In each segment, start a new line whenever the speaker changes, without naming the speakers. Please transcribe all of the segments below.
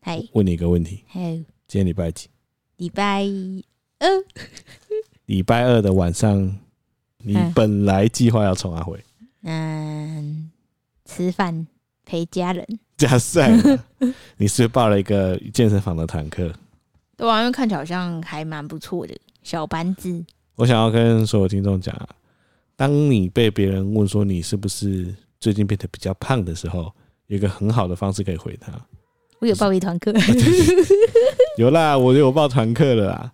嗨
问你一个问题：
嗨，
今天礼拜几？
礼拜二
礼拜二的晚上，你
嗯
本来计划要冲阿回
嗯吃饭陪家人，
加赛 了，你是不是报了一个健身房的堂课。
对啊，因为看起来好像还蛮不错的小班制，
我想要跟所有听众讲啊，当你被别人问说你是不是最近变得比较胖的时候，有一个很好的方式可以回答：
我有报一团课，
有啦，我有报团课了啦。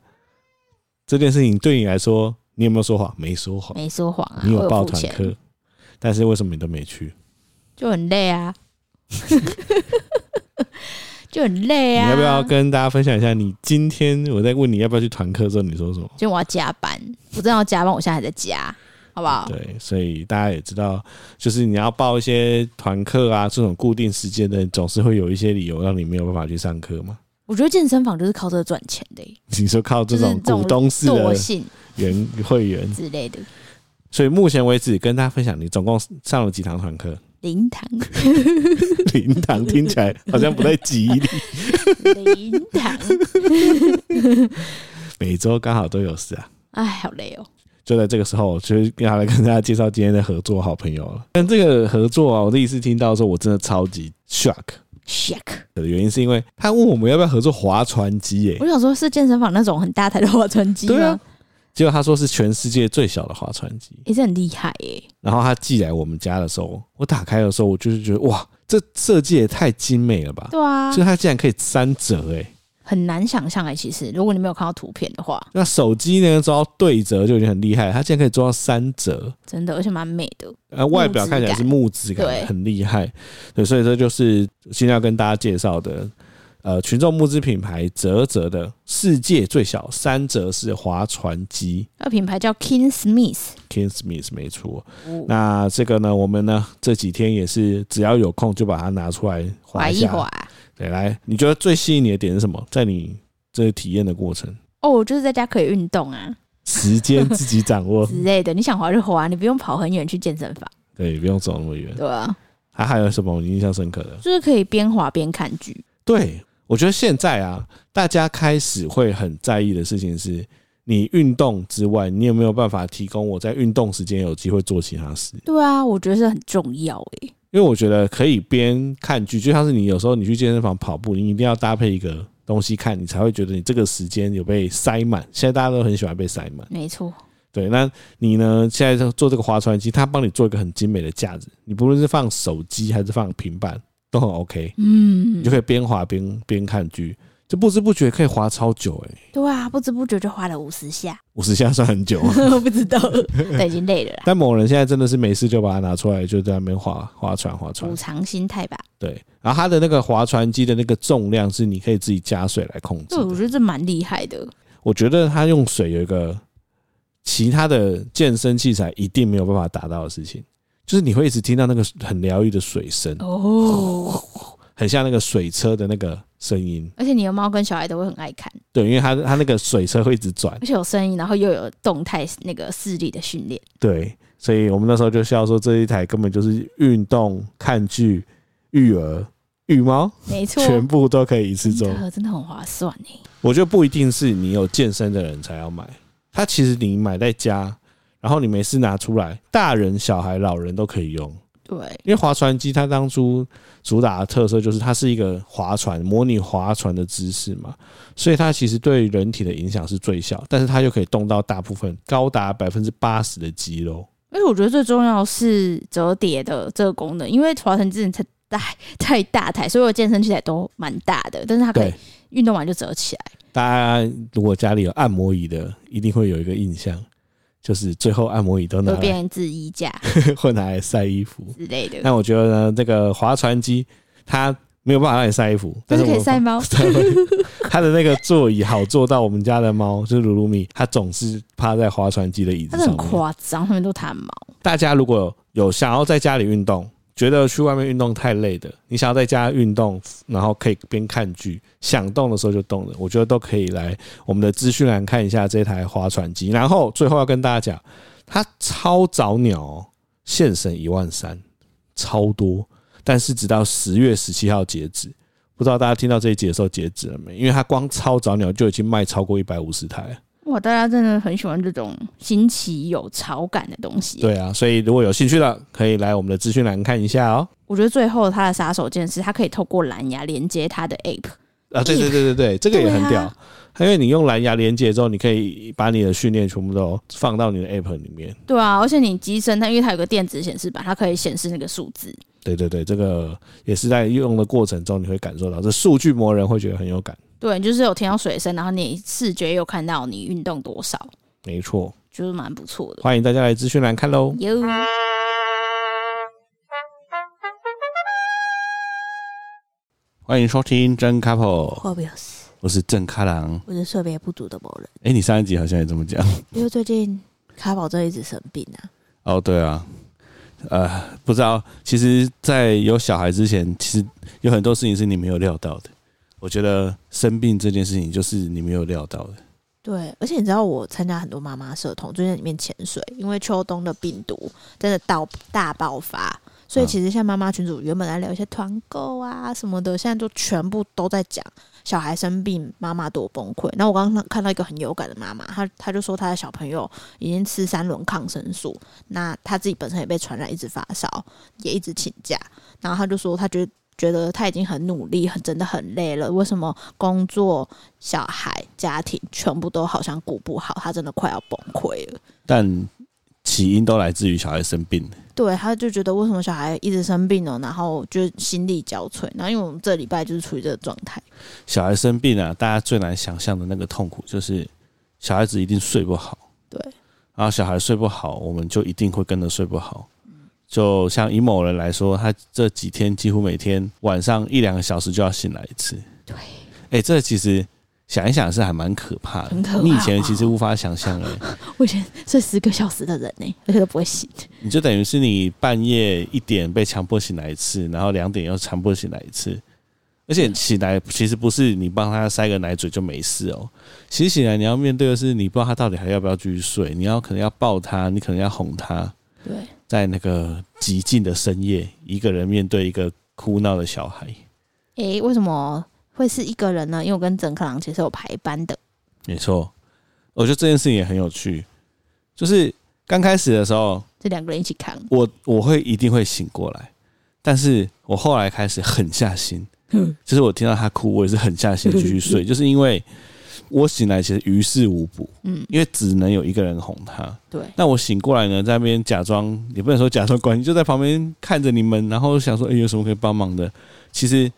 这件事情对你来说，你有没有说谎？没说谎，
没说谎啊，
你
我
报
付
团
钱，
课，但是为什么你都没去？
就很累啊， 就很累啊。
你要不要跟大家分享一下？你今天我在问你要不要去团课的时候，你说什么？
就我要加班，我真的要加班，我现在还在加，好不好？
对，所以大家也知道，就是你要报一些团课啊，这种固定时间的，总是会有一些理由让你没有办法去上课嘛。
我觉得健身房就是靠这个赚钱的、欸
你说靠这种
就是这种
股东式
惰
的
性
员会员，
之类的。
所以目前为止跟大家分享，你总共上了几堂团课？
灵堂，
零堂听起来好像不太吉利。
灵 堂，
每周刚好都有事啊。
哎，好累哦。
就在这个时候，就是要来跟大家介绍今天的合作好朋友了。但这个合作啊，我第一次听到的时候，我真的超级 shock。
Shake，
的原因是因为他问我们要不要合作划船机耶、
我想说，是健身房那种很大台的划船机
对
吗
啊？结果他说是全世界最小的划船机。
也是很厉害耶、
然后他寄来我们家的时候，我打开的时候，我就是觉得哇，这设计也太精美了吧！
对啊
就，是它竟然可以三折哎、
很难想象哎、其实，如果你没有看到图片的话，
那手机呢做到对折就已经很厉害了，它竟然可以做到三折。
真的，而且蛮美的。
呃，外表看起来是木质
木质
感，
感
很厉害。对，所以这就是今天要跟大家介绍的，呃，群众木质品牌泽泽的世界最小三折式划船机
那品牌叫 King Smith，
，King Smith 没错。
哦
那这个呢，我们呢这几天也是只要有空就把它拿出来
划
划
一
下。
划。
对，来，你觉得最吸引你的点是什么？在你这体验的过程，
哦，我就是在家可以运动啊
时间自己掌 握，
之类的，你想滑就滑，你不用跑很远去健身房，
对，不用走那么远。
对啊，
它还有什么你印象深刻的？
就是可以边滑边看剧，
对，我觉得现在啊，大家开始会很在意的事情是，你运动之外，你有没有办法提供我在运动时间有机会做其他事？
对啊，我觉得是很重要诶、
因为我觉得可以边看剧，就像是你有时候你去健身房跑步，你一定要搭配一个东西看，你才会觉得你这个时间有被塞满。现在大家都很喜欢被塞满，
没错，
对。那你呢？现在做这个划船机，它帮你做一个很精美的架子，你不论是放手机还是放平板，都很 OK，
嗯
你就，可以边滑边边看剧，就不知不觉可以滑超久哎、
对啊，不知不觉就滑了五十下，
五十下算很久 啊，
我不知道，但已经累了 啦，
但某人现在真的是没事就把它拿出来，就在那边划划船划船
补。偿心态吧。
对，然后它的那个划船机的那个重量是你可以自己加水来控制
对，我
的。
觉得这蛮厉害的，
我觉得它用水有一个其他的健身器材一定没有办法达到的事情，就是你会一直听到那个很疗愈的水声，
哦，
很像那个水车的那个声音。
而且你的猫跟小孩都会很爱看，
对，因为它它那个水车会一直转。
而且有声音，然后又有动态那个视力的训练，
对，所以我们那时候就笑说这一台根本就是运动、看剧、育儿、育猫。
没错，
全部都可以一次做
真。的真的很划算欸诶、
我觉得不一定是你有健身的人才要买，它其实你买在家，然后你没事拿出来，大人、小孩、老人都可以用。
对，
因为划船机它当初主打的特色就是它是一个划船，模拟划船的姿势嘛，所以它其实对人体的影响是最小，但是它又可以动到大部分高达百分之八十的肌肉。
而且我觉得最重要是折叠的这个功能，因为华晨之前太大太大台，所有健身器材都蛮大的，但是它可以
对
运动完就折起来。
大家如果家里有按摩椅的，一定会有一个印象，就是最后按摩椅都拿
都
来
变制衣架
会拿来晒衣服。
之类的，
那我觉得呢，这个划船机它没有办法让你晒衣服，
但
但
是
是
可以
我
晒猫。
它的那个座椅好坐到我们家的猫就是鲁鲁米，它总是趴在划船机的椅
它是
子上
很
面。
夸张，上面都弹毛。
大家如果有想要在家里运动，觉得去外面运动太累的，你想要在家运动，然后可以边看剧，想动的时候就动了，我觉得都可以来我们的资讯栏看一下这台划船机。然后最后要跟大家讲，它超早鸟、哦，现省一万三，超多。但是直到十月十七号截止，
不知道大家听到这一集的时候截止了没？因为它光超早鸟就已经卖超过一百五十台。
哇，大家真的很喜欢这种新奇有潮感的东西。，
对啊，所以如果有兴趣的，可以来我们的资讯栏看一下哦。
我觉得最后它的杀手锏是它可以透过蓝牙连接它的 app。
啊，对对对对对，这个也很
对
屌，
啊
因为你用蓝牙连接之后，你可以把你的训练全部都放到你的 App 里面。
对啊，而且你机身它因为它有个电子显示板，它可以显示那个数字。
对对对，这个也是在用的过程中你会感受到，这数据魔人会觉得很有感。
对，你就是有听到水声，然后你视觉又看到你运动多少，
没错，
就是蛮不错的。
欢迎大家来资讯栏看喽。
有，
欢迎收听真 couple，
霍比斯，
我是郑开朗。
我是睡眠不足的某人，
哎，你上一集好像也这么讲。
因为最近卡宝真的一直生病啊，
哦，对啊，呃，不知道，其实，在有小孩之前，其实有很多事情是你没有料到的。我觉得生病这件事情就是你没有料到的。
对，而且你知道我参加很多妈妈社团，最近在里面潜水，因为秋冬的病毒真的到大爆发，所以
嗯
其实像妈妈群主原本来聊一些团购啊什么的，现在就全部都在讲小孩生病，妈妈多崩溃。那我刚刚看到一个很有感的妈妈，她她就说她的小朋友已经吃三轮抗生素，那她自己本身也被传染，一直发烧，也一直请假，然后她就说她觉得。觉得她已经很努力，很真的很累了，为什么工作小孩、家庭全部都好像顾不好，他真的快要崩溃了。
但起因都来自于小孩生病。
对，他就觉得为什么小孩一直生病呢？然后就心力交瘁。然后因为我们这礼拜就是处于这个状态，
小孩生病啊，大家最难想象的那个痛苦就是小孩子一定睡不好，
对，
然后小孩睡不好，我们就一定会跟着睡不好。就像以某人来说，他这几天几乎每天晚上一两个小时就要醒来一次。
对，
哎、这其实想一想是还蛮可怕的，
很可怕
你以前其实无法想象哎、
我以前睡十个小时的人呢、而且都不会醒。
你就等于是你半夜一点被强迫醒来一次，然后两点又强迫醒来一次，而且醒来其实不是你帮他塞个奶嘴就没事哦，其实醒来你要面对的是你不知道他到底还要不要继续睡，你要可能要抱他，你可能要哄他，
对，
在那个极静的深夜，一个人面对一个哭闹的小孩，
诶、为什么会是一个人呢？因为我跟整克朗其实有排班的，
没错，我觉得这件事情也很有趣，就是刚开始的时候，
这两个人一起扛。
我我会一定会醒过来，但是我后来开始狠下心，就是我听到他哭，我也是狠下心继续睡，就是因为我醒来其实于事无补，
嗯，
因为只能有一个人哄他。
对，
那我醒过来呢，在那边假装也不能说假装关心，就在旁边看着你们，然后想说，哎、有什么可以帮忙的？其实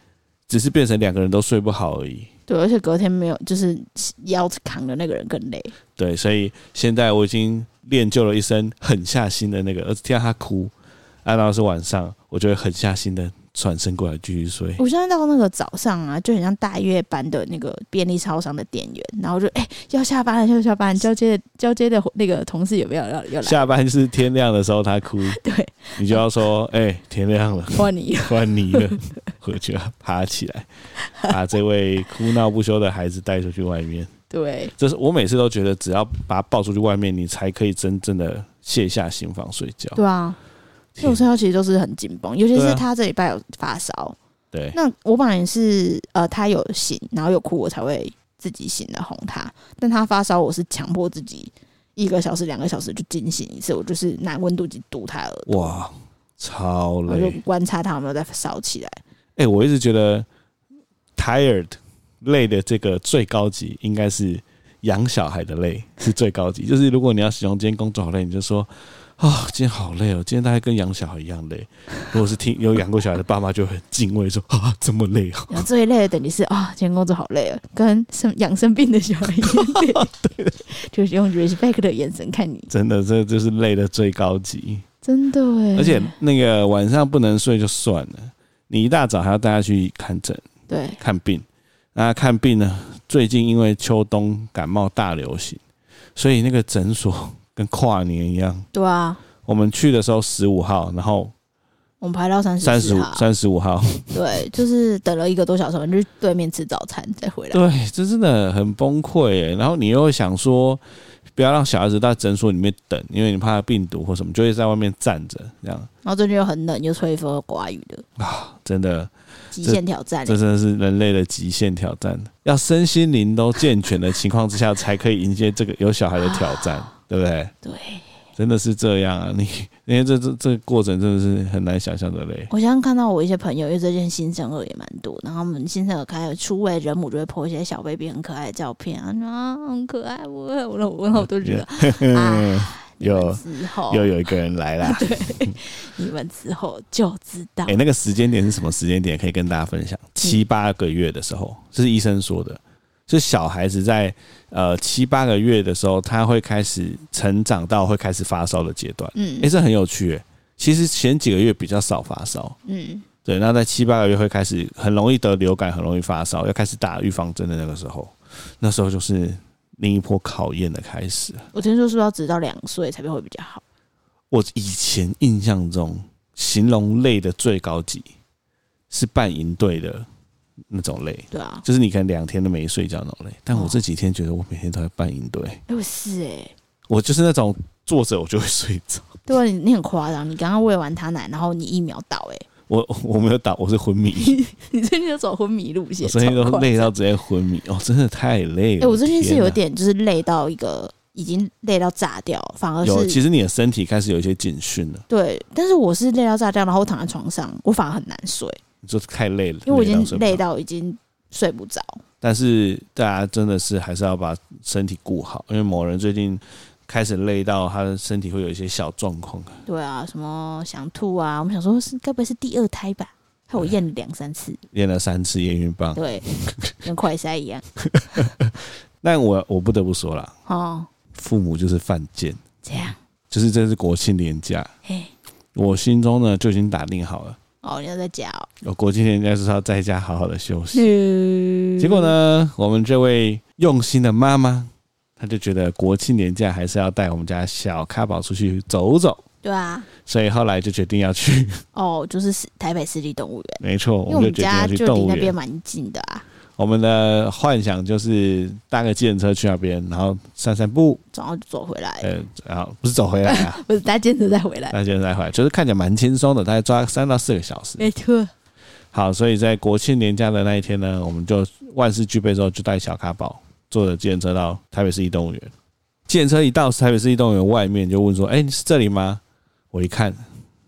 只是变成两个人都睡不好而已。
对，而且隔天没有，就是腰扛的那个人更累。
对，所以现在我已经练就了一身狠下心的那个，而且听到他哭，啊，然后是晚上，我就会狠下心的转身过来继续睡。
我现在到那个早上啊，就很像大夜班的那个便利超商的店员，然后就哎、要下班了，要下班了，交接的交接的那个同事有没有要要来？
下班是天亮的时候，他哭，
对，
你就要说：“哎、天亮了，
换你。
换你了。”我就要爬起来，把这位哭闹不休的孩子带出去外面。
对，
这是我每次都觉得，只要把他抱出去外面，你才可以真正的卸下心防睡觉。
对啊，因为我睡觉其实都是很紧绷，尤其
哦对啊哎
是他这礼拜有发烧，
对，
那我本来是呃他有醒，然后有哭，我才会自己醒的哄他，但他发烧，我是强迫自己。一个小时、两个小时就惊醒一次，我就是拿温度计堵他耳朵，
哇，超
我就
累。
观察他有没有在烧起来。
哎、我一直觉得 tired 累的这个最高级应该是养小孩的累是最高级。就是如果你要形容今天工作好累，你就说啊、今天好累哦，今天大概跟养小孩一样累。如果是听有养过小孩的爸妈，就会很敬畏说啊，这么累哦。
然后最累的等于是啊、今天工作好累啊，跟生养生病的小孩一样 累，就是用 respect 的眼神看你，
真的，这就是累的最高级。
真的哎。
而且那个晚上不能睡就算了，你一大早还要带他去看诊
对
看病。那看病呢，最近因为秋冬感冒大流行，所以那个诊所 跟跨年一样，
对啊，
我们去的时候十五号，然后
我们排到三十
三十五
号，
三十五号，
对，就是等了一个多小时，我们就去对面吃早餐再回来。
欸对，这真的很崩溃耶。然后你又想说，不要让小孩子在诊所里面等，因为你怕病毒或什么，就会在外面站着这样
然后最近又很冷，又吹风又刮雨的
啊，真的。
极限挑战欸、
这真的是人类的极限挑战，要身心灵都健全的情况之下，才可以迎接这个有小孩的挑战，对不对？
对，
真的是这样啊！你 因为这这这个过程真的是很难想象的 嘞。
我现在看到我一些朋友，因为最近新生儿也蛮多，然后我们新生儿开始出位人母就会 po 一些小 baby 很可爱的照片啊，啊很可爱，我我我我我都觉得啊，你们
又
之后
又有一个人来啦！
你们之后就知道
哎、，那个时间点是什么时间点？可以跟大家分享。
嗯
七八个月的时候，这是医生说的，就是小孩子在呃七八个月的时候，他会开始成长到会开始发烧的阶段。
嗯
哎、这很有趣、欸。其实前几个月比较少发烧，
嗯，
对，那在七八个月会开始很容易得流感，很容易发烧，要开始打预防针的那个时候，那时候就是另一波考验的开始。
我听说是不是要直到两岁才会比较好？
我以前印象中，形容类的最高级是半营队的那种类，
对啊，
就是你可能两天都没睡觉那种类。但我
哦
这几天觉得我每天都在半营队，
哎、我是哎、
我就是那种坐着我就会睡着。
对啊，你你很夸张，你刚刚喂完他奶，然后你一秒 倒哎、
我我没有打，我是昏迷，
你最近就走昏迷路线，
我最近
超
都
夸
累
张
到直接昏迷。哦，真的太累
哎、
了。
我最近是
天哪啊
有点就是累到一个已经累到炸掉，反而
有，
是
其实你的身体开始有一些警讯了。
对，但是我是累到炸掉，然后我躺在床上，我反而很难睡，
你说太累了，
因为我已经
睡不着
累到已经睡不着。
但是大家真的是还是要把身体顾好，因为某人最近开始累到他的身体会有一些小状况，
对啊，什么想吐啊，我们想说是该不会是第二胎吧？ 害我验了两三次，
练了三次验孕棒。
对，跟快筛一样
但我我不得不说啦，
哦，
父母就是犯贱，
这样，
就是这是国庆年假，
嘿，
我心中呢就已经打定好了，
哦，你要在家、哦，
我国庆年假就是要在家好好的休息。
结
结果？呢，我们这位用心的妈妈，她就觉得国庆年假还是要带我们家小咖宝出去走走，
对啊，
所以后来就决定要去
哦，就是市台北市立动物园，
没错，我
因为我
们
们
就决定要
家
去
就
动
离
物
那边
园。
蛮近的啊，
我们的幻想就是搭个计程车去那边，然后散散步，
然后就走回来，
呃，然后不是走回来啊，
不是搭建车再回 来，
搭计程车再回来，就是看起来蛮轻松的，大概抓三到四个小时。
没错，
好，所以在国庆年假的那一天呢，我们就万事俱备之后，就带小咖宝坐着计程车到台北市立动物园。计程车一到台北市立动物园外面，就问说：“哎、是这里吗？”我一看，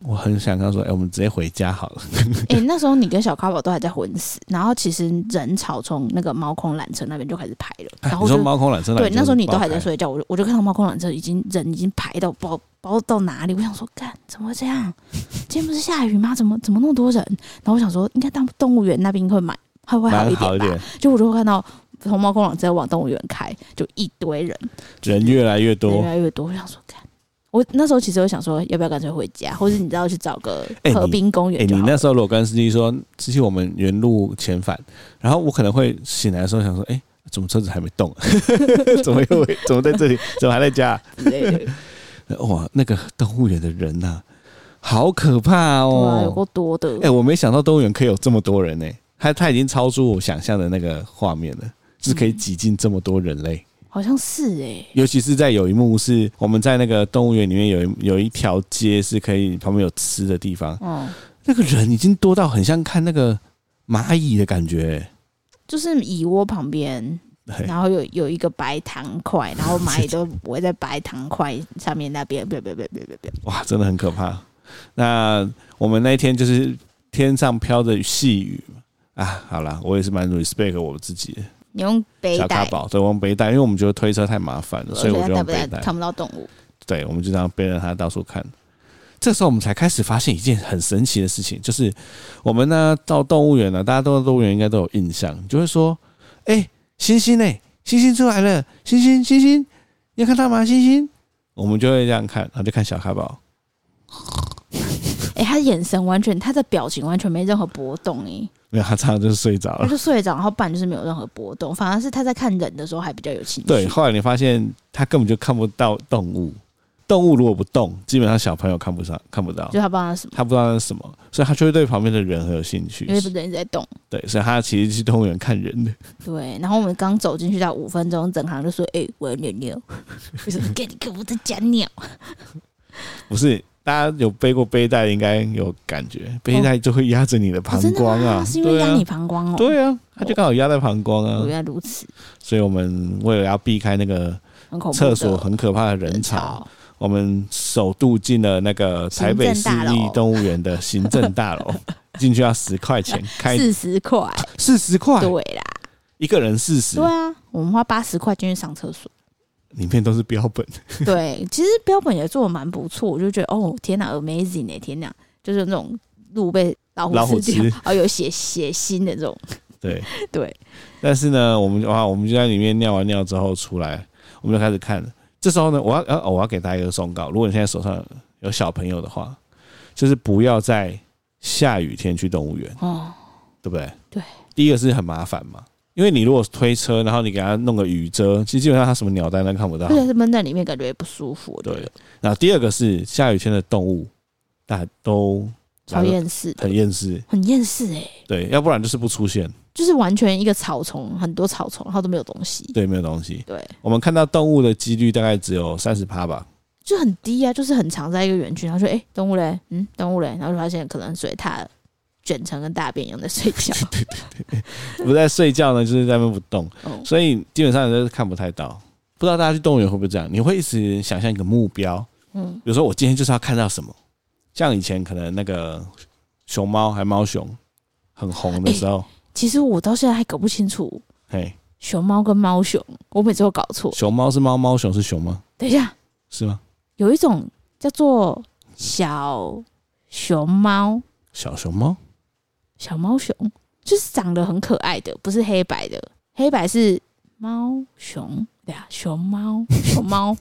我很想跟他说：“哎、我们直接回家好了。
哎、那时候你跟小咖宝都还在混死，然后其实人潮从那个猫空缆车那边就开始排了，”然后
哎你
就
说哦猫空缆车那
对，
里就是哦
那时候你都还
爆
在
开
睡觉，我就我就看到猫空缆车已经人已经排到包包到哪里，我想说干怎么会这样？今天不是下雨吗？怎么怎么那么多人？然后我想说应该当动物园那边会买会会好
蛮
一
好
点
一
吧，
点，
就我就会看到。从猫空缆车往动物园开，就一堆人，
人越来越
人
多
越。来越多。我想说，干，我那时候其实我想说，要不要干脆回家，或者你知道去找个
哎
河
你
滨公
哎、
园就
你
好了。
那时候如果跟司机说，司机我们原路遣返，然后我可能会醒来的时候想说，哎、怎么车子还没动、 啊？怎么又怎么在这里？怎么还在家？
之类 的，对
哇，那个动物园的人呐、好可怕
啊，有够
哦！
多的。
哎、我没想到动物园可以有这么多人呢、他他已经超出我想象的那个画面了，就是
嗯
可以挤进这么多人类。
好像是哎、
尤其是在有一幕是我们在那个动物园里面有一有一条街是可以旁边有吃的地方，
哦、
那个人已经多到很像看那个蚂蚁的感觉、
就是蚁窝旁边，
嘿
然后有有一个白糖块，然后蚂蚁都围在白糖块上面那边，别别别别别别，
哇，真的很可怕。那我们那一天就是天上飘着细雨嘛啊，好啦，我也是蛮 respect 我自己的
你用背
小咖
带，
宝，对，我用背带，因为我们觉得推车太麻烦了，所以我就
带
用
不
背
带
带。
看不到动物，
对，我们就这样背着它到处看。这时候我们才开始发现一件很神奇的事情，就是我们呢到动物园了，大家都到动物园应该都有印象，就会说：“哎、星星呢、星星出来了，星星星星，你有看到吗？星星。”我们就会这样看，然后就看小咖宝，
哎、他眼神完全，他的表情完全没任何波动哎、
没有，他常常就是睡着
他
了。
就睡着，然后不然就是没有任何波动，反而是他在看人的时候还比较有情绪。
对，后来你发现他根本就看不到动物，动物如果不动，基本上小朋友看不上看不到，
就他不知道什么，
他不知道那是什么，所以他就会对旁边的人很有兴趣
因。为人一直在动。
对，所以他其实去动物园看人的。
对，然后我们刚走进去到五分钟，整行就说：“哎、我要尿尿。”我说：“给你可我在家尿。
不是，大家有背过背带，应该有感觉，背带就会压着你的
哦
膀”
真的
胱啊，
吗？是因为
对啊
压你膀胱哦。
对啊，它就刚好压在膀胱
哦，
啊，
原来如此，
所以我们为了要避开那个
很恐怖的。
厕所很可怕的人潮，，我们首度进了那个台北市
行政大
立
楼
动物园的行政大楼，进去要十块钱，开
四十块，
四十块，
对啦，
一个人四十
对，啊，我们花八十块进去上厕所。
里面都是标本，
对，其实标本也做的蛮不错，我就觉得哦，天哪，amazing 哎、天哪，就是那种鹿被老
老虎
虎吃掉，
吃
哦，有血血腥的这种，
对
对。
但是呢，我们哇，我们就在里面尿完尿之后出来，我们就开始看。这时候呢，我要呃，我要给大家一个忠告：如果你现在手上有小朋友的话，就是不要在下雨天去动物园。
哦，
对不对？
对，
第一个是很麻烦嘛，因为你如果推车，然后你给它弄个雨遮，其实基本上它什么鸟蛋都看不到
而。且是闷在里面，感觉也不舒服。我觉
对
得，
然后第二个是下雨天的动物，大家都
超厌世，
很厌世，
很厌世哎、
对，要不然就是不出现，
就是完全一个草丛，很多草丛，然后都没有东西，
对，没有东西。
对，
我们看到动物的几率大概只有三十趴吧，
就很低啊，就是很常在一个园区，然后说哎、诶动物嘞，嗯，动物嘞，然后就发现可能水獭卷成跟大便一样在睡 觉，
不在睡觉呢，就是在那边不动，
哦，
所以基本上都是看不太到。不知道大家去动物园会不会这样？你会一直想象一个目标，
嗯，
比如说我今天就是要看到什么，像以前可能那个熊猫还猫熊很红的时候，
其实我到现在还搞不清楚
嘿，
熊猫跟猫熊，我每次都搞错。
熊猫是猫，猫熊是熊吗？
等一下，
是吗？
有一种叫做小熊猫，
小熊猫
小猫熊，就是长得很可爱的，不是黑白的，黑白是猫熊，对啊，熊猫， 熊猫，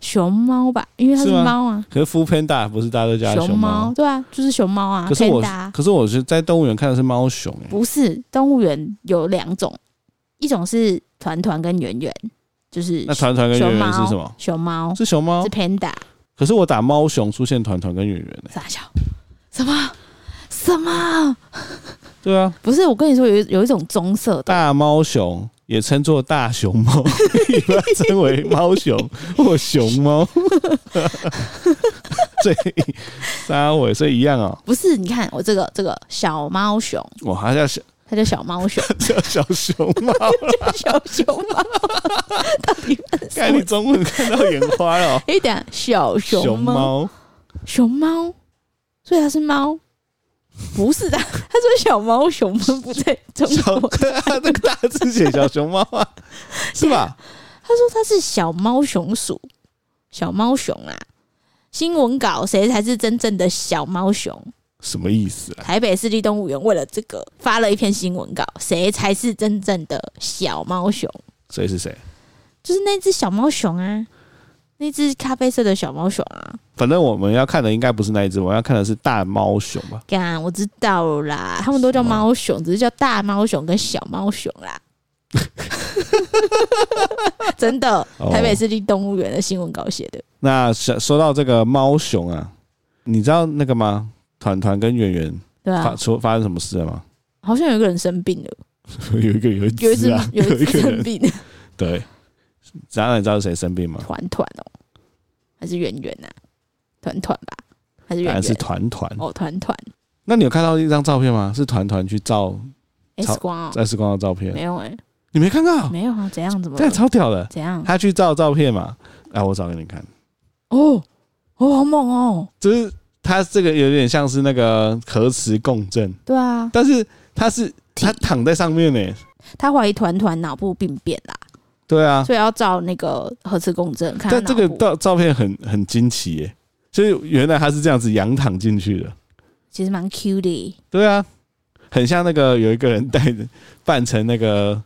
熊猫吧，因为它是
是吗
猫啊，
可是 f o o Panda 不是大家都叫它
熊
熊
猫，
猫？
对啊，就是熊猫啊，
可是我
Panda
可是我是在动物园看的是猫熊、欸，
不是动物园有两种，一种是团团跟圆圆，就是
那团团跟圆
熊
圆
猫
是什么？
熊猫
是熊猫
是。Panda，
可是我打猫熊出现团团跟圆圆、欸，
傻笑，什么什么？
对啊，
不是，我跟你说，有一有一种棕色的，
大猫熊也称作大熊猫，也把它称为猫熊或熊猫，所以沙尾所以一样哦。
不是？你看我这个这个小猫熊，
我还叫小
它叫小猫 熊，
叫小熊猫，
叫小熊猫，到底
看你中文看到眼花了哦。
哎，等一下小熊猫，
猫，
熊猫，所以它是猫，不是的，它说小猫熊猫不在中
小
国，
那个大字写小熊猫啊，是吧？
他说 它是小猫熊属，小猫熊啊。新闻稿谁才是真正的小猫熊？
什么意思啊？
台北市立动物园为了这个发了一篇新闻稿，谁才是真正的小猫熊？
所以是谁？
就是那只小猫熊啊，那只咖啡色的小猫熊啊。
反正我们要看的应该不是那一只，我们要看的是大猫熊吧？
干，我知道了啦，他们都叫猫熊，只是叫大猫熊跟小猫熊啦。 真的
哦，
台北市立动物园的新闻稿写的，
那说说到这个猫熊啊，你知道那个吗？团团跟圆圆
对
发
啊，
出发生什么事了吗？
好像有一个人生病了，
有一个有一
有一只
只啊，
有一
一
只
个
生
人
病了，
对。然后你知道是谁生病吗？
团团哦，还是圆圆呐，团团吧，还是
当
圆
然是
圆
团团。
哦，团团
那你有看到一张照片吗？是团团去照
X 光哦，
在时光的照
没
片，
有哎、
你没看到？
没有嗯啊，怎样怎么
这样超屌的，
怎样？
他去照照片嘛。啊，我找给你看，
哦，哦，好猛哦！
就是他这个有点像是那个核磁共振，
对啊，
但是他是他躺在上面呢。
他怀疑团团脑部病变啦，
对啊，
所以要照那个核磁共振看他
但
脑
这
部。
个照照片很很惊奇耶，就是原来他是这样子仰躺进去的。
其实蛮 Q 的，
对啊，很像那个有一个人带着扮成那个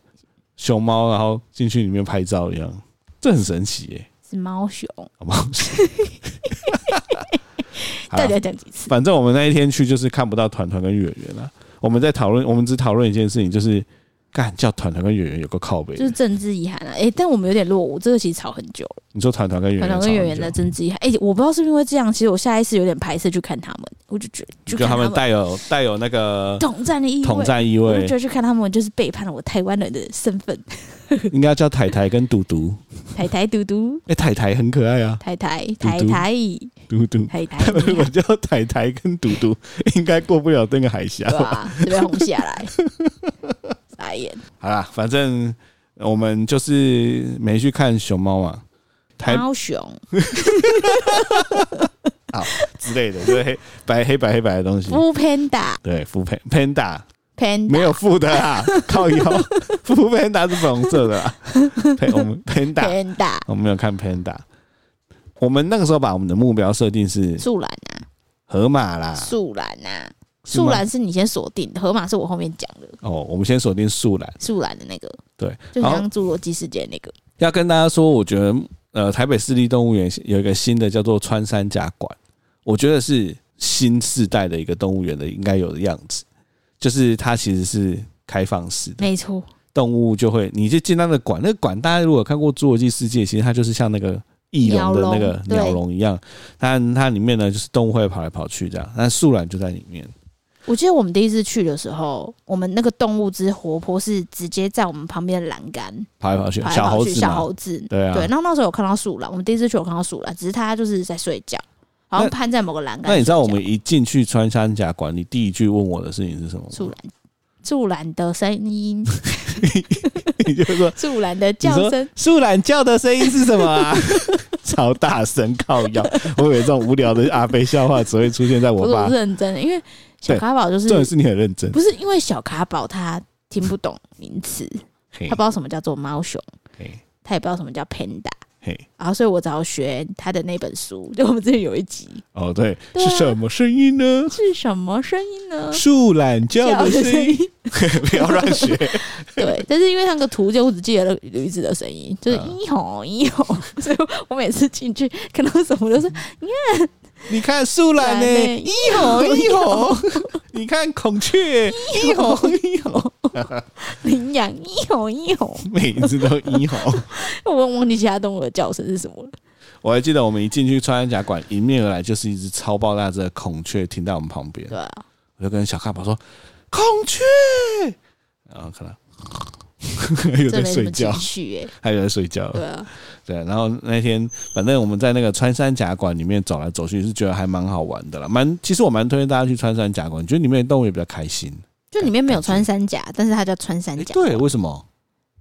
熊猫，然后进去里面拍照一样，这很神奇耶，
是猫熊，
好 不好？好
到
啦
底要讲几次？
反正我们那一天去就是看不到团团跟圆圆啦。我们在讨论，我们只讨论一件事情，就是干叫团团跟圆圆有个靠背的，
就是政治遗憾啊。哎、但我们有点落伍，这个其实吵很久了，
你说团团跟圆
可
圆
能
吵很久，
跟演员的政治遗憾。哎、我不知道是不是因为这样，其实我下意识有点排斥去看他们，我就觉得去
就
看
他们
们
带有带有那个
统战的意味，
统战意
我就
味
觉，得去看他们就是背叛了我台湾人的身份。
应该叫台台跟嘟嘟。
台台嘟嘟，
哎、台台很可爱啊，
台台
嘟
台台
嘟嘟。
台台
他们如
你
果
好，
叫台台跟嘟嘟，应该过不了那个海峡
对啊
吧？
吧？这边红下 来，傻眼。
好啦，反正我们就是没去看熊猫嘛，台
猫熊，
之类的，就是黑白黑白黑白的东西。
不 panda
对，副 pan panda
panda
没有副的 啦，靠腰，副 panda 是粉红色的啦。陪 我们 panda，
panda
我们有看 panda。我们那个时候把我们的目标设定是
树懒啊，
河马啦，
树懒啊，
是吗
树懒是你先锁定的，河马是我后面讲的，
哦，我们先锁定树懒。
树懒的那个，
对，
就
然后
像侏罗纪世界那个，
要跟大家说，我觉得呃，台北市立动物园有一个新的叫做穿山甲馆，我觉得是新世代的一个动物园的应该有的样子，就是它其实是开放式的，
没错，
动物就会你就进到那个馆，那个馆大家如果有看过《侏罗纪世界》，其实它就是像那个。翼龙的那
鸟
个
笼对
鸟笼一样，但它里面呢就是动物会跑来跑去这样，那树懒就在里面，
我记得我们第一次去的时候，我们那个动物之活泼是直接在我们旁边的栏杆
跑来跑去，
跑来
小
跑
猴
去，
子
小
嘛，
猴子，
对啊
对，。然后那时候有看到树懒，我们第一次去有看到树懒，只是它就是在睡觉，好像
那
攀在某个栏杆睡觉。
那你知道我们一进去穿山甲馆，你第一句问我的事情是什么吗？
树懒树懒的声 音，
你就说
树懒的叫声，
树懒叫的声音是什 么啊？超大声靠腰！我以为这种无聊的阿飞笑话只会出现在
不
我
是
爸
不是。认真的，因为小
对
卡宝就
重点
是
是你很认真，
不是因为小卡宝他听不懂名词，
嘿
他不知道什么叫做猫熊，
嘿
他也不知道什么叫 panda。
嘿，
然后，所以我只好学他的那本书，就我们之前有一集
哦对，
对
是
啊嗯
什么声音呢？
是什么声音呢？
树懒叫的声音，
音。
不要乱学。
对， 但是因为那个图就我只记得了驴子的声音，就是
嗯
一吼一吼， 所以我每次进去看到什么都是欸
你看树懒呢，
懒呢
一吼欸 一吼；你看孔雀，一吼一吼。
羚羊一吼一吼，
每次都一 吼。
我忘记其他动物的叫声是什么了。
我还记得我们一进去穿山甲馆，迎面而来就是一只超爆大只的孔雀停在我们旁边。
对啊，
我就跟小咖宝说：“孔雀。”然后看到 又
这
在
没什
睡
么情
觉，
绪 哎、
还有在睡觉。
对啊，
对，然后那天反正我们在那个穿山甲馆里面走来走去，是觉得还蛮好玩的啦。蛮，其实我蛮推荐大家去穿山甲馆，觉得里面的动物也比较开心。
就里面没有穿山甲，但是它叫穿山
哎，
甲。
对，为什么？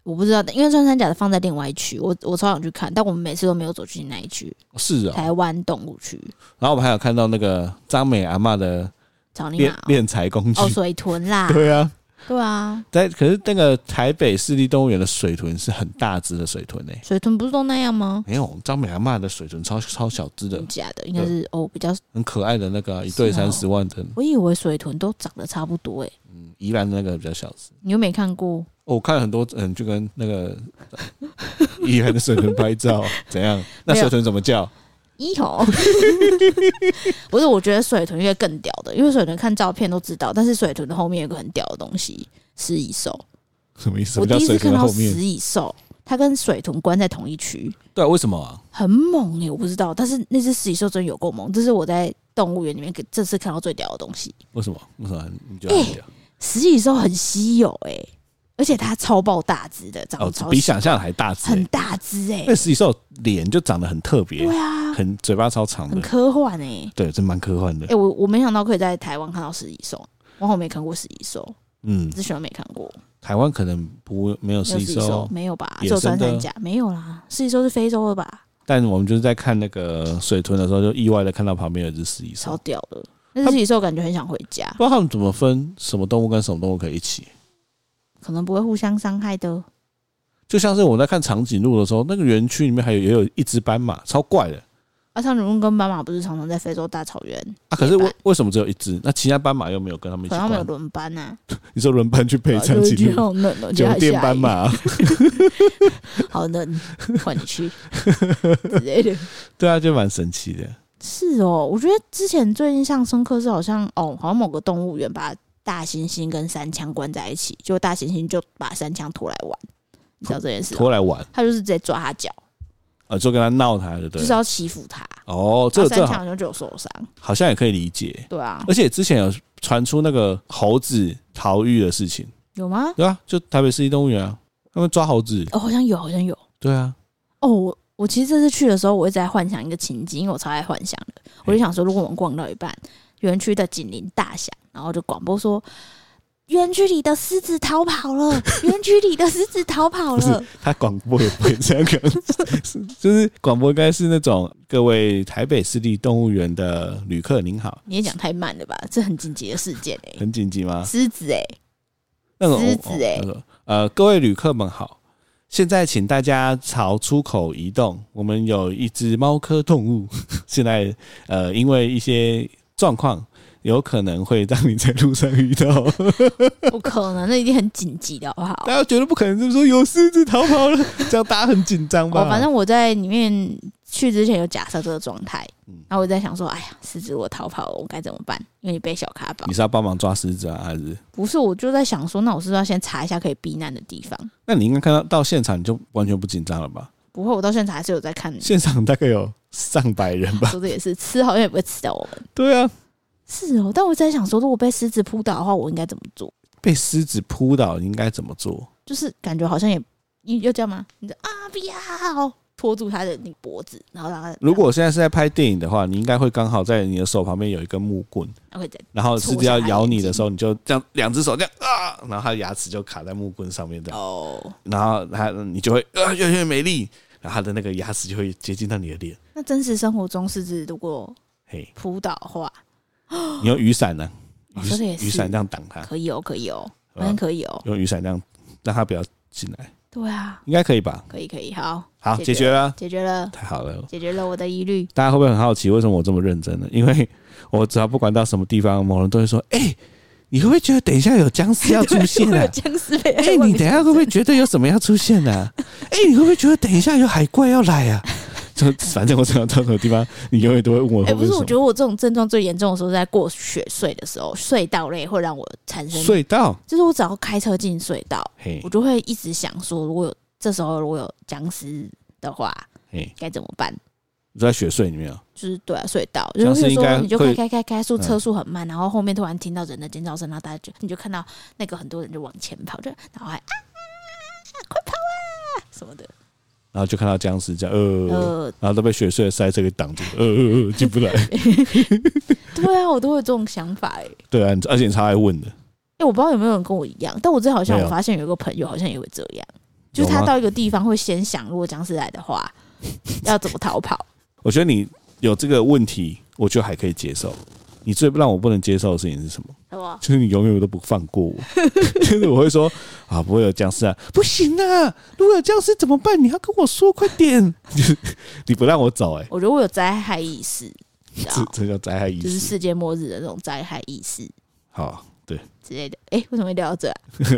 我不知道，因为穿山甲的放在另外一区，我我超想去看，但我们每次都没有走进那一区，
是哦。
台湾动物区，
然后我们还有看到那个张美阿嬷的
草泥
练
马哦
练财工具
哦，。水豚啦，
对啊，
对啊，
但可是那个台北市立动物园的水豚是很大只的水豚诶、
水豚不是都那样吗？
没有张美阿嬷的水豚超超小只的
真，假的，应该是哦，比较，
很可爱的那个啊、一对
是哦
三十万的，
我以为水豚都长得差不多诶、哎
嗯，宜兰的那个比较小只。
你又没看过？
哦我看很多人就跟那个 呃宜兰的水豚拍照， 怎样？那
没有
水豚怎么叫？
一吼， 不是，我觉得水豚应该更屌的，因为水豚看照片都知道，但是水豚的后面有个很屌的东西，食蚁兽。
什么意思？什
我
么
第
叫
一次
水
看
豚
到
后面？
食蚁兽，它跟水豚关在同一区，
对啊，为什么啊？
很猛欸诶、我不知道，但是那只食蚁兽真有够猛，这是我在动物园里面给这次看到最屌的东西。
为什么？为什么你觉得很
哎
屌？
食蚁兽很稀有诶、而且它超爆大只的，长得
哦
超，
比
小
想象还大只欸、
很大只诶、
那食蚁兽脸就长得很特别
对，啊，
很欸嘴巴超长
很
的，
科幻诶、
对，真蛮科幻的
哎、。我我没想到可以在台湾看到食蚁兽，我好像没看过食蚁兽，
嗯，
之前都没看过。
台湾可能不没
没
有
有
食蚁
食蚁兽
兽，，
没有吧？
野
只有
生
穿
的
山甲，没有啦。食蚁兽是非洲的吧？
但我们就是在看那个水豚的时候，就意外的看到旁边有一只食蚁兽
超。屌的。那食蚁兽感觉很想回家，
不知道他们怎么分什么动物跟什么动物可以一起。
可能不会互相伤害的。
就像是我在看长颈鹿的时候，那个园区里面还有也有一只斑马，超怪的
啊，长颈鹿跟斑马不是常常在非洲大草原，
啊！可是
斑
为为什么只有一只？那其他斑马又没有跟他们一
可
起
能他们有
关？
轮班呐、
你说轮班去
啊，
配
就
长
是觉
颈
得
鹿？
好冷哦，觉得
酒
还
店
下
斑
雨，
马，啊
好 冷，换你去之类的。
对啊，就蛮神奇的。
是哦，我觉得之前最印象深刻是好像哦，好像某个动物园把大猩猩跟三枪关在一起，就大猩猩就把三枪拖来玩，你知道这件事吗？
拖来玩
他就是直接抓他脚，
啊，就跟他闹他的，
就
对了
是。要欺负他。
哦，这
然后
这
三
好哎
枪就就有受伤，
好像也可以理解，
对啊，
而且之前有传出那个猴子逃狱的事情，
有吗？
对啊，就台北市立动物园啊，他们抓猴子，
哦，好像有，好像有。
对啊，
哦，我我其实这次去的时候，我一直在幻想一个情景，因为我超爱幻想的。我就想说，如果我们逛到一半，园区的警铃大响，然后就广播说。园区里的狮子逃跑 了！园区里的狮子逃跑
不是
了！
他广播也不会这样讲，是 就是广播应该是那种各位台北市立动物园的旅客您好，
你也讲太慢了吧？这很紧急的事件哎、
很紧急吗？
狮子哎、
那种
狮子欸
那种呃，各位旅客们好，现在请大家朝出口移动。我们有一只猫科动物， 现在呃，因为一些状况，有可能会让你在路上遇到。
不可能，那一定很紧急的好不好
大？家觉得不可能，是不是说有狮子逃跑了？这样大家很紧张吧？
哦我反正我在里面去之前有假设这个状态
嗯，
然后我在想说，哎呀，狮子我逃跑了，我该怎么办？因为你被小卡包
你，是要帮忙抓狮子啊，还是？
不是，我就在想说，那我是不是要先查一下可以避难的地方？
那你应该看到到现场，你就完全不紧张了吧？
不会，我到现在还是有在看。
现场大概有上百人 吧？
说的也是，吃好像也不会吃到我们。
对啊，
是哦，但我在想说，如果被狮子扑倒的话，我应该怎么做？
被狮子扑倒，你应该怎么做？
就是感觉好像也，你要这样吗？你就啊不要，拖住他的那个脖子，然后让他
如果现在是在拍电影的话，你应该会刚好在你的手旁边有一根木棍，
他会在
然后狮子要咬你的时候，你就这样两只手这样啊，然后它的牙齿就卡在木棍上面这样，
哦，
然后它你就会啊越来越没力，然后它的那个牙齿就会接近到你的脸。
那真实生活中狮子如果
嘿，
扑倒的话，
你用雨伞呢、
哦
雨
说的也是
雨伞这样挡它，
可以哦，可以哦，
啊
好
好吧
像可以哦，
用雨伞这样让它不要进来，
对啊，
应该可以吧？
可以可以，好，
好，
解决
解决了，
解决了，
太好了。
解决了我的疑虑。
大家会不会很好奇为什么我这么认真呢？因为我只要不管到什么地方，某人都会说：“哎、你会不会觉得等一下有僵 尸要出现
会
啊
有？僵尸被
哎、你等一下会不会觉得有什么要出现 呢、啊？哎、你会不会觉得等一下有海怪要来啊？就反正我只要到什么地方，你永远都会问我
哎、
会
不
会
是，
什
我
么
觉得我这种症状最严重的时候是在过雪隧的时候，隧道类会让我产生，
隧道。
就是我只要开车进隧道，
嘿
我，就会一直想说，如果有这时候如果有僵尸的话
嘿，
该怎么办？
你在雪隧里面啊？
就是对啊，隧道，就
僵尸
是
应该
说你就开
会
开开开速，
嗯
车速很慢，然后后面突然听到人的尖叫声，然后大家就你就看到那个很多人就往前跑，就然后还啊快跑啦什么的，
然后就看到僵尸这样，呃，
呃，
然后都被雪隧的塞车给挡住，呃呃呃，进不来。
对啊，我都会有这种想法哎、欸。
对啊，你而且你超爱问的，
哎、我不知道有没有人跟我一样，但我最好像
没有
我发现有一个朋友好像也会这样，就是
有
他
吗
到一个地方会先想，如果僵尸来的话，要怎么逃跑？
我觉得你有这个问题，我觉得还可以接受。你最让我不能接受的事情 是什么？
好不好？
就是你永远都不放过我， 就是我会说啊，不会有僵尸啊，不行啊！如果有僵尸怎么办？你要跟我说，快点！ 就是你不让我走、欸，哎，
我觉得我有灾害意识，你知
这
道，
这叫灾害意
啊就是
识。
世界末日的那种灾害意识
好， 对，
之类的。哎、为什么会聊到这啊、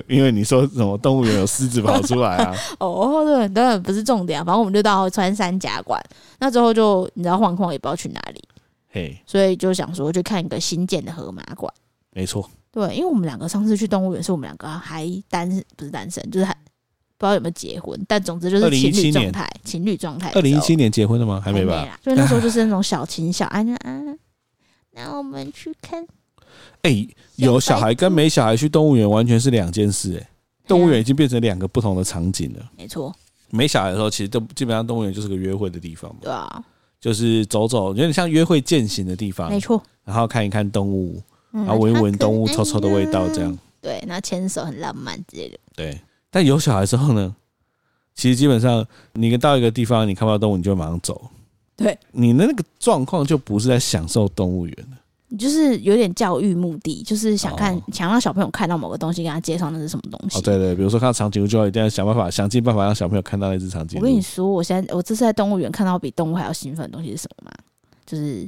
因为你说什么动物园有狮子跑出 来啊，
哦，对，当然不是重点啊，反正我们就到穿山甲馆，那之后就你知道晃晃也不知道去哪里，
嘿，
所以就想说去看一个新建的河马馆。
没错，
对，因为我们两个上次去动物园，是我们两个还单不是单身，就是还不知道有没有结婚，但总之就是情
2017
侣状
年
态，情侣状态的时
二
候。
零一七年结婚的吗？还
还啊
没吧？
啦，所以那时候就是那种小情小爱就啊，那我们去看
哎、有小孩跟没小孩去动物园完全是两件事、欸，
啊
哎，动物园已经变成两个不同的场景了。
没错，
没小孩的时候，其实都基本上动物园就是个约会的地方嘛，
对啊，
就是走走，有点像约会践行的地方
没，错，
然后看一看动物，
嗯哎
然啊后闻一闻
好可
动物
爱
臭臭的味道，这样
呀。嗯对，然后牵手很浪漫之类的，
对，但有小孩之后呢，其实基本上你到一个地方，你看不到动物，你就马上走。
对，
你的那个状况就不是在享受动物园了。
你就是有点教育目的，就是想看、
哦
想让小朋友看到某个东西，跟他介绍那是什么东西。
哦，对对，比如说看到长颈鹿，就要一定要想办法，想尽办法让小朋友看到那只长颈
我
鹿。
跟你说，我现在我这次在动物园看到比动物还要兴奋的东西是什么吗？就是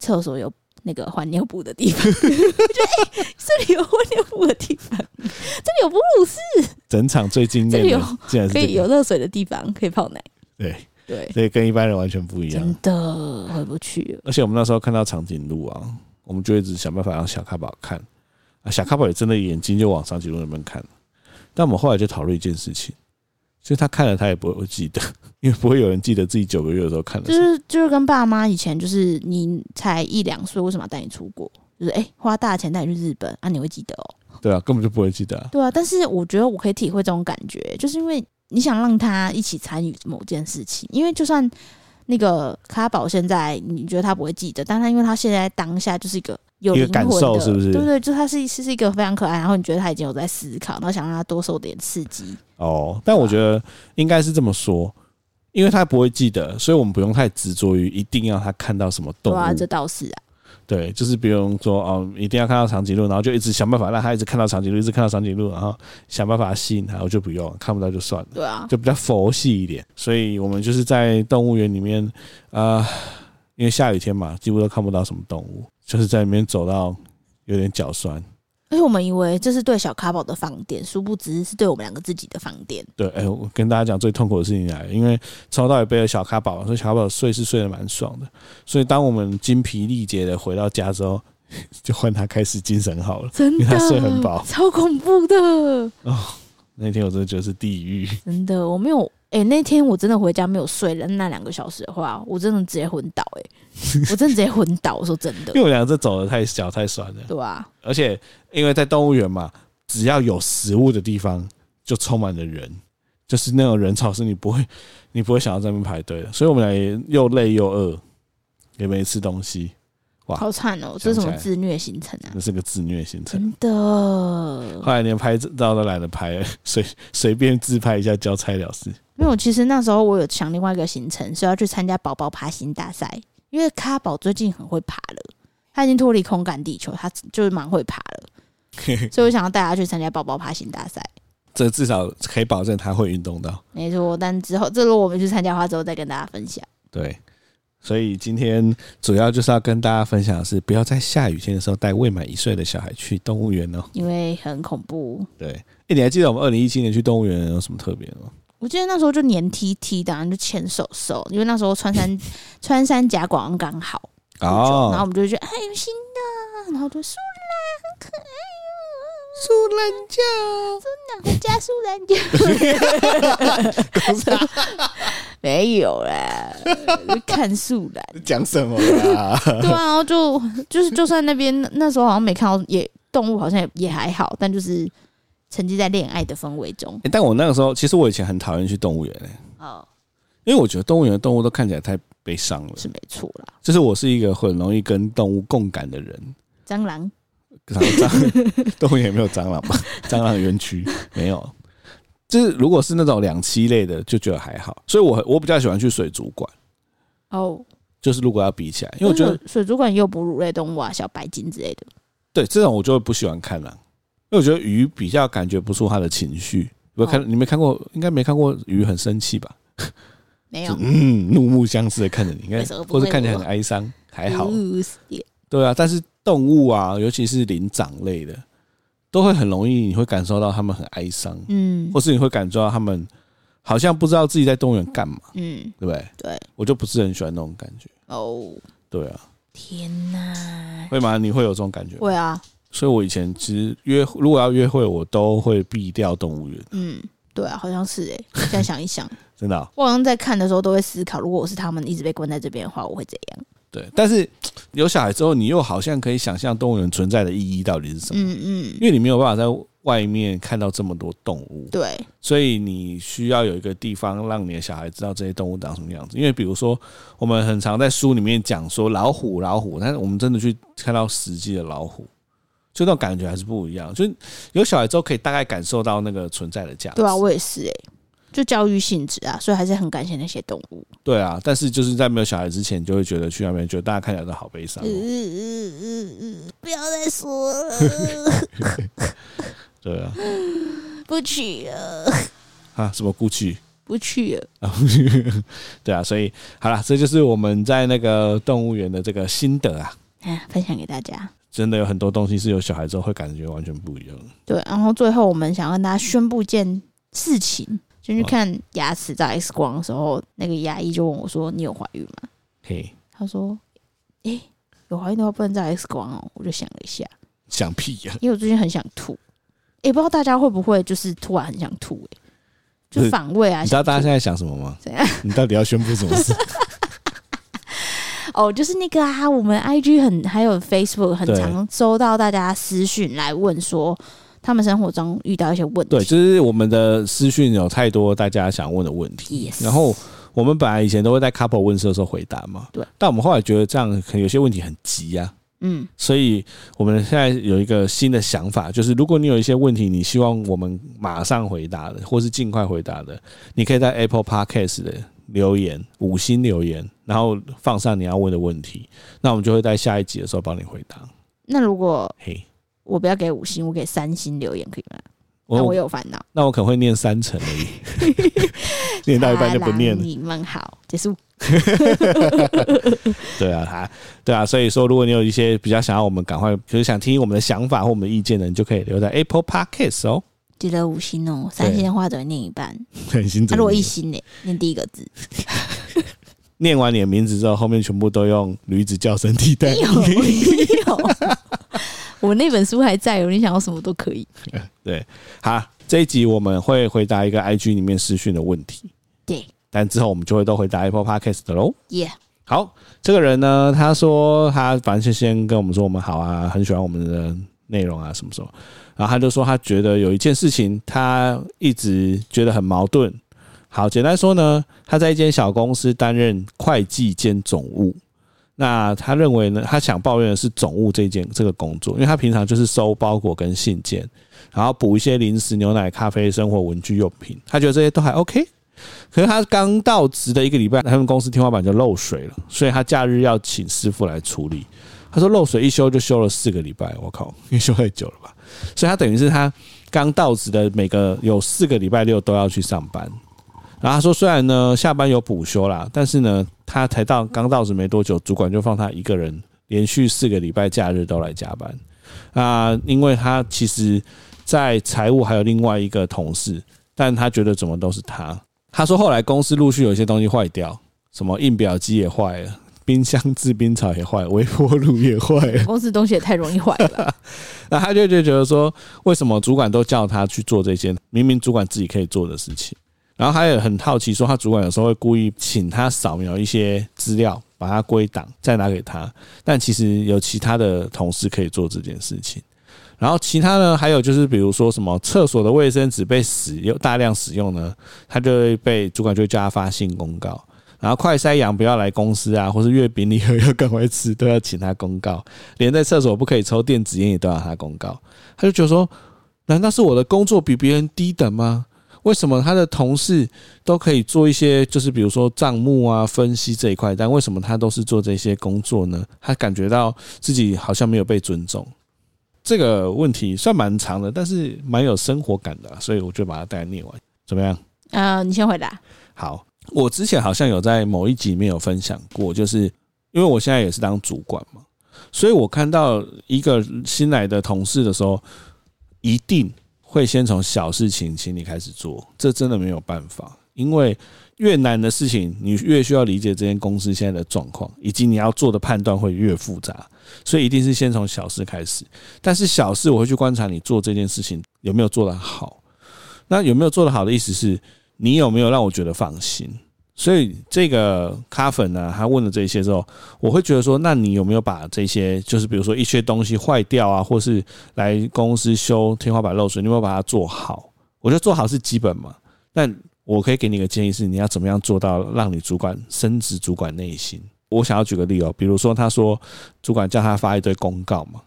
厕所有那个换尿布的地方，我 觉得哎、这里有换尿布的地方， 这里有哺乳室，
整场最惊
这
艳
里有
的，竟然是
可
这
以
个，
有热水的地方，可以泡奶。
对，
对，
所以跟一般人完全不一
真
样。
的回不去了。
而且我们那时候看到长颈鹿啊，我们就一直想办法让小咖宝看。啊，小咖宝也真的眼睛就往长颈鹿那边看了。但我们后来就讨论一件事情，就是他看了他也不会记得， 因为不会有人记得自己九个月的时候看了
就
什么。
是就是跟爸妈以前就是你才一两岁，为什么要带你出国？就是哎、诶花大钱带你去日本啊，你会记得哦。
对啊，根本就不会记得、啊。
对啊，但是我觉得我可以体会这种感觉，就是因为你想让他一起参与某件事情，因为就算那个卡宝现在你觉得他不会记得，但他因为他现在当下就是一个有
一
灵
个
魂
感
的，
受是不是
对对，就他是是是一个非常可爱，然后你觉得他已经有在思考，然后想让他多受点刺激。
哦，但我觉得应该是这么说，因为他不会记得，所以我们不用太执着于一定要他看到什么
对
动物。
啊，这倒是啊，
对，就是不用说哦，一定要看到长颈鹿，然后就一直想办法让他一直看到长颈鹿，一直看到长颈鹿，然后想办法吸引他，我就不用看不到就算了，
对啊，
就比较佛系一点。所以我们就是在动物园里面，啊、因为下雨天嘛，几乎都看不到什么动物，就是在里面走到有点脚酸。
而且我们以为这是对小卡宝的放电，殊不知是对我们两个自己的放电。
对，哎、我跟大家讲最痛苦的事情来了，因为从头到尾背了小卡宝，所以小卡宝睡是睡得蛮爽的。所以当我们精疲力竭的回到家之后， 就换他开始精神好了。
真
因为
的
他睡很饱
超恐怖的，
那天我真的觉得是地狱，
真的，我没有。哎、那天我真的回家没有睡了，那两个小时的话，我真的直接昏倒、 哎，我真的直接昏倒。我说真的
因为，我们俩这走的太小太酸了，
对啊，
而且因为在动物园嘛，只要有食物的地方就充满了人，就是那种人潮是你不会你不会想要在那边排队的，所以我们俩也又累又饿，也没吃东西，哇
好惨哦、
想
这是什
起
么
来
自虐行程啊？
那是个自虐行程。
真的，
后来连拍照都懒得拍了， 随随便自拍一下交差了事。
没有。其实那时候我有想另外一个行程，是要去参加宝宝爬行大赛，因为卡宝最近很会爬了，他已经脱离空感地球，他就是蛮会爬了，所以我想要带他去参加宝宝爬行大赛。
这至少可以保证他会运动到。
没错，但之后这如果我们去参加的话，之后再跟大家分享。
对，所以今天主要就是要跟大家分享的是，不要在下雨天的时候带未满一岁的小孩去动物园哦。
因为很恐怖。
对，哎、你还记得我们二零一七年去动物园有什么特别的吗？
我记得那时候就黏 T T 的、啊，就牵手手，因为那时候穿山 穿山甲广告刚好，然后我
哦，
们就觉得哎有新的，然后就树懒很可爱哦，
树
懒回
懒觉，
家树懒就没有啦，就看树懒。
讲什么 啦？
对啊，然后就就是就算那边那时候好像没看到也动物，好像也也还好，但就是沉浸在恋爱的氛围中
欸但我那个时候，其实我以前很讨厌去动物园、欸，
哦，
因为我觉得动物园的动物都看起来太悲伤了。
是没错啦。
就是我是一个很容易跟动物共感的人，
蟑螂
然后蟑动物园没有蟑螂吧？ 蟑螂园区没有。就是如果是那种两栖类的，就觉得还好。所以我我比较喜欢去水族馆，
哦，
就是如果要比起来，因为我觉得
水族馆也有哺乳类动物啊，小白鲸之类的。
对这种我就会不喜欢看了，因为我觉得鱼比较感觉不出它的情绪。有没有看？
哦
你没看过？应该没看过鱼很生气吧？
没
就嗯，怒目相视的看着你，应该
为什么不
或是
会
看起来
我
很哀伤，还好。
嗯是的
对啊，但是动物啊，尤其是灵长类的，都会很容易，你会感受到它们很哀伤，
嗯
或是你会感受到它们好像不知道自己在动物园干嘛，
嗯，
对不对？
对
我就不是很喜欢那种感觉。
哦，
对啊，
天哪！
会吗？你会有这种感觉吗？
会啊，
所以我以前其实约如果要约会，我都会避掉动物园，
嗯，对啊，好像是哎、现在想一 想，
真的啊、
我好像在看的时候都会思考，如果我是他们一直被关在这边的话，我会怎样？
对，但是有小孩之后，你又好像可以想象动物园存在的意义到底是什么，
嗯嗯，
因为你没有办法在外面看到这么多动物。
对，
所以你需要有一个地方让你的小孩知道这些动物长什么样子。因为比如说，我们很常在书里面讲说老虎，老虎，但是我们真的去看到实际的老虎，就那种感觉还是不一样。就是有小孩之后，可以大概感受到那个存在的价值。
对啊，我也是哎、就教育性质啊，所以还是很感谢那些动物。
对啊。但是就是在没有小孩之前，就会觉得去那边，觉得大家看起来都好悲伤哦、
嗯嗯嗯嗯，不要再说了，
对啊，
不去了，
啊，什么 Gucci
不去了。
啊， 对啊。所以好了，这就是我们在那个动物园的这个心得啊。
哎，分享给大家。
真的有很多东西是有小孩之后会感觉完全不一样的。
对，然后最后我们想跟大家宣布一件事情，就去看牙齿照 X 光的时候，那个牙医就问我说：“你有怀孕吗
嘿，？”
他说：“诶、有怀孕的话不能照 X 光哦。”我就想了一下，
想屁呀、
因为我最近很想吐。也、不知道大家会不会就是突然很想吐、欸，
不
就是反胃啊
你知。道大家现在想什么吗？
怎样？
你到底要宣布什么 事？
哦，就是那个啊，我们 IG 很还有 Facebook 很
对
常收到大家私讯来问说，他们生活中遇到一些问
对，
题。
就是我们的私讯有太多大家想问的问题
Yes
然后我们本来以前都会在 couple 问事的时候回答嘛，
对，
但我们后来觉得这样可能有些问题很急啊呀、
嗯，
所以我们现在有一个新的想法，就是如果你有一些问题，你希望我们马上回答的，或是尽快回答的，你可以在 Apple Podcast 的留言五星留言，然后放上你要问的问题，那我们就会在下一集的时候帮你回答。
那如果
嘿，
我不要给五星，我给三星留言可以吗？那我
我
有烦恼。
那我可能会念三层而 已，念到一半就不
好
念
啦啊
了。
你们好，结束。
对啊，他对啊，所以说，如果你有一些比较想要我们赶快，就是想听我们的想法或我们的意见的，你就可以留在 Apple Podcast 哦。
记得五星哦，三星的话只会念一半。
很心
他、啊如果一星呢，念第一个字。
念完你的名字之后，后面全部都用驴子叫声替代
没。有， 没有。 我那本书还在哦，你想要什么都可以。
好，这一集我们会回答一个 IG 里面私讯的问题，
对，
但之后我们就会都回答 Apple Podcast 的喽。
耶、
好，这个人呢，他说他反正就先跟我们说我们好啊，很喜欢我们的内容啊，什么什么。然后他就说他觉得有一件事情他一直觉得很矛盾。好，简单说呢，他在一间小公司担任会计兼总务。那他认为呢，他想抱怨的是总务这件这个工作，因为他平常就是收包裹跟信件，然后补一些零食、牛奶、咖啡、生活文具用品。他觉得这些都还 OK，可是他刚到职的一个礼拜，他们公司天花板就漏水了，所以他假日要请师傅来处理。他说漏水一修就修了四个礼拜，我靠，因为修太久了吧？所以他等于是他刚到职的每个有四个礼拜六都要去上班。然后他说，虽然呢下班有补休啦，但是呢他才到刚到职没多久，主管就放他一个人连续四个礼拜假日都来加班。啊、因为他其实，在财务还有另外一个同事，但他觉得怎么都是他，他说后来公司陆续有一些东西坏掉，什么印表机也坏了，冰箱制冰槽也坏了，微波炉也坏了。
公司东西也太容易坏 了吧。
那他就就觉得说，为什么主管都叫他去做这些明明主管自己可以做的事情？然后他也很好奇，说他主管有时候会故意请他扫描一些资料，把它归档，再拿给他。但其实有其他的同事可以做这件事情。然后其他呢，还有就是比如说什么厕所的卫生纸被使用大量使用呢，他就会被主管就会叫他发信公告。然后快塞羊不要来公司啊，或是月饼礼盒要赶快吃，都要请他公告。连在厕所不可以抽电子烟也都要他公告。他就觉得说，难道是我的工作比别人低等吗？为什么他的同事都可以做一些，就是比如说账目啊、分析这一块，但为什么他都是做这些工作呢？他感觉到自己好像没有被尊重。这个问题算蛮长的，但是蛮有生活感的啊、所以我就把它带来念完，怎么样？
呃，你先回答。
好，我之前好像有在某一集里面有分享过，就是因为我现在也是当主管嘛，所以我看到一个新来的同事的时候，一定会先从小事情请你开始做，这真的没有办法，因为越难的事情，你越需要理解这间公司现在的状况，以及你要做的判断会越复杂，所以一定是先从小事开始。但是小事我会去观察你做这件事情有没有做得好，那有没有做得好的意思是。你有没有让我觉得放心？所以这个咖粉呢，他问了这些之后，我会觉得说，那你有没有把这些，就是比如说一些东西坏掉啊，或是来公司修天花板漏水，你有没有把它做好？我觉得做好是基本嘛。但我可以给你一个建议是，你要怎么样做到让你主管升职主管内心？我想要举个例哦，比如说他说主管叫他发一堆公告嘛，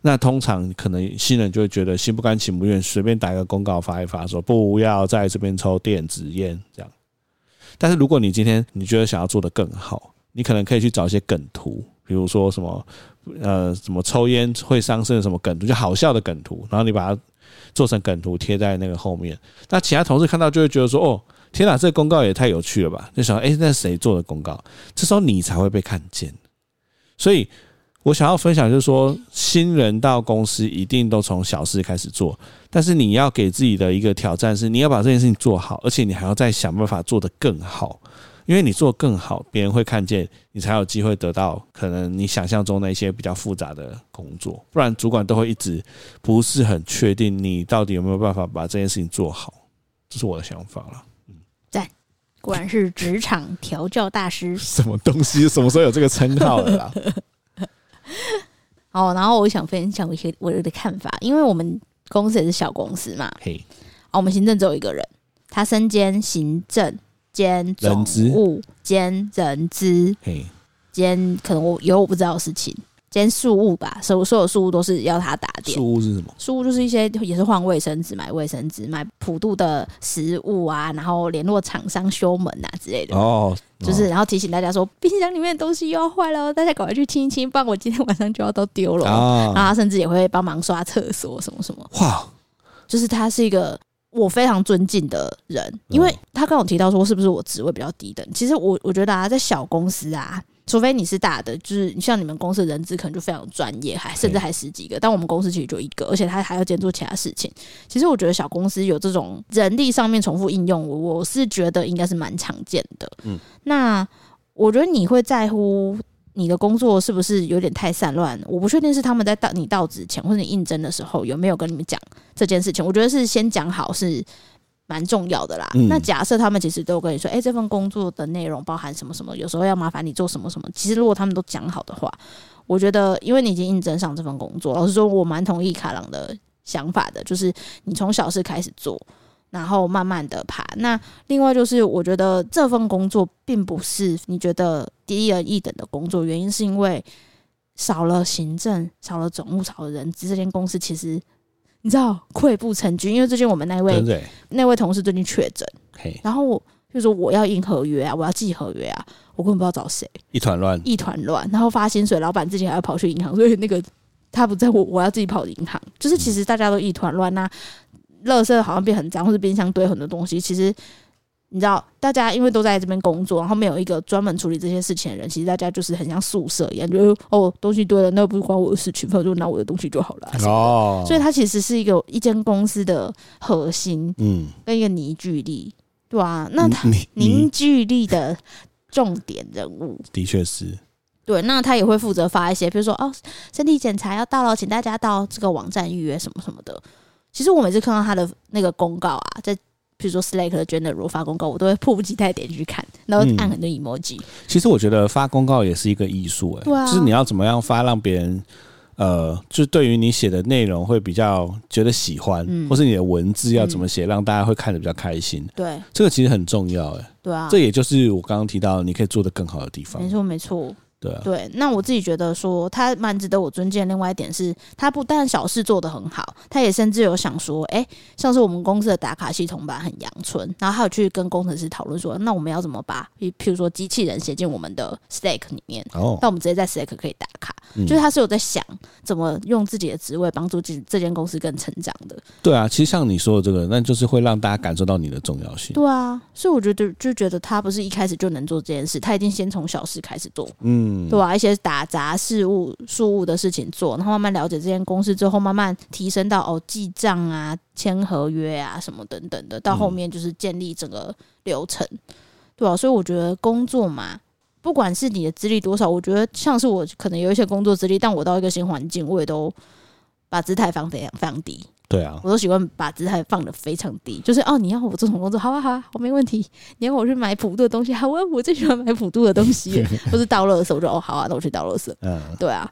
那通常可能新人就会觉得心不甘情不愿，随便打一个公告发一发，说不要在这边抽电子烟这样。但是如果你今天你觉得想要做得更好，你可能可以去找一些梗图，比如说什么呃什么抽烟会伤身的什么梗图，就好笑的梗图，然后你把它做成梗图贴在那个后面。那其他同事看到就会觉得说哦。天哪，这个公告也太有趣了吧！就想，哎、那谁做的公告？这时候你才会被看见。所以我想要分享就是说，新人到公司一定都从小事开始做，但是你要给自己的一个挑战是，你要把这件事情做好，而且你还要再想办法做得更好。因为你做更好，别人会看见，你才有机会得到可能你想象中那些比较复杂的工作。不然主管都会一直不是很确定你到底有没有办法把这件事情做好，这是我的想法了。。
果然是职场调教大师
什么东西？什么时候有这个称号了啦？
哦好，然后我想分享一些我的看法，因为我们公司也是小公司嘛，
嘿，
啊，我们行政只有一个人，他身兼行政兼总
人资
务兼人资
嘿，
兼可能我有我不知道的事情，兼事务吧，所有所有事务都是要他打点。
树屋是什么？
事务就是一些也是换卫生纸、买卫生纸、买普渡的食物啊，然后联络厂商修门啊之类的。
哦，
就是，然后提醒大家说，冰箱里面的东西又要坏了哦，大家赶快去清一清，不然我今天晚上就要都丢了哦。
啊，
然后他甚至也会帮忙刷厕所什么什么，
哇，
就是他是一个我非常尊敬的人，因为他刚有提到说是不是我职位比较低等，其实我我觉得啊，在小公司啊，除非你是大的，就是像你们公司的人资可能就非常专业，还甚至还十几个，但我们公司其实就一个，而且他还要兼做其他事情。其实我觉得小公司有这种人力上面重复应用，我我是觉得应该是蛮常见的。
嗯，
那我觉得你会在乎。你的工作是不是有点太散乱？我不确定是他们在到你到职前或者你应征的时候有没有跟你们讲这件事情。我觉得是先讲好是蛮重要的啦。
嗯
那假设他们其实都有跟你说，哎、这份工作的内容包含什么什么，有时候要麻烦你做什么什么。其实如果他们都讲好的话，我觉得因为你已经应征上这份工作，老实说，我蛮同意卡郎的想法的，就是你从小事开始做，然后慢慢的爬。那另外就是，我觉得这份工作并不是你觉得低人一等的工作，原因是因为少了行政，少了总务，少了人资，这间公司其实你知道溃不成军。因为最近我们那位
真的耶，
那位同事最近确诊，
嘿，
然后我就说我要印合约啊，我要寄合约啊，我根本不知道找谁。
一团乱，
一团乱，然后发薪水，老板自己还要跑去银行，所以那个他不在我，我要自己跑银行。就是其实大家都一团乱那垃圾好像变很脏，或者冰箱堆很多东西。其实你知道，大家因为都在这边工作，然后没有一个专门处理这些事情的人，其实大家就是很像宿舍一样，就是哦东西堆了，那不关我的事情，反正我就拿我的东西就好了啊。
哦
所以它其实是一个一间公司的核心
嗯，
跟一个凝聚力，对啊，那它
你
凝
你
聚力的重点人物。
的确是，
对，那他也会负责发一些，比如说哦，身体检查要到了，请大家到这个网站预约什么什么的。其实我每次看到他的那个公告啊，在比如说 Slack 的 General 发公告，我都会迫不及待点去看，然后
嗯
按很多 emoji。
其实我觉得发公告也是一个艺术、哎、
对啊
就是你要怎么样发，让别人呃，就对于你写的内容会比较觉得喜欢，
嗯
或是你的文字要怎么写，让大家会看得比较开心，
对
这个其实很重要、哎、
对啊
这，也就是我刚刚提到你可以做得更好的地方
没，错没错。
对啊，
对，那我自己觉得说他蛮值得我尊敬的。另外一点是，他不但小事做得很好，他也甚至有想说，哎、像是我们公司的打卡系统版很阳春，然后还有去跟工程师讨论说，那我们要怎么把，譬譬如说机器人写进我们的 Slack 里面，
哦，
那我们直接在 Slack 可以打卡，
嗯
就是他是有在想怎么用自己的职位帮助这这间公司更成长的。
对啊，其实像你说的这个，那就是会让大家感受到你的重要性，
对啊，所以我觉得就觉得他不是一开始就能做这件事，他一定先从小事开始做，
嗯，
对吧、啊一些打杂事务、事务的事情做，然后慢慢了解这间公司之后，慢慢提升到哦记账啊、签合约啊什么等等的，到后面就是建立整个流程，对啊，所以我觉得工作嘛，不管是你的资历多少，我觉得像是我可能有一些工作资历，但我到一个新环境，我也都把姿态放非常非常低，
对啊，
我都喜欢把姿态放的非常低，就是哦，你要我做什么工作，好啊好啊，我没问题。你要我去买普渡的东西，好啊，我最喜欢买普渡的东西 了，或是倒垃圾，我就哦好啊，那我去倒垃圾。
嗯，
对啊，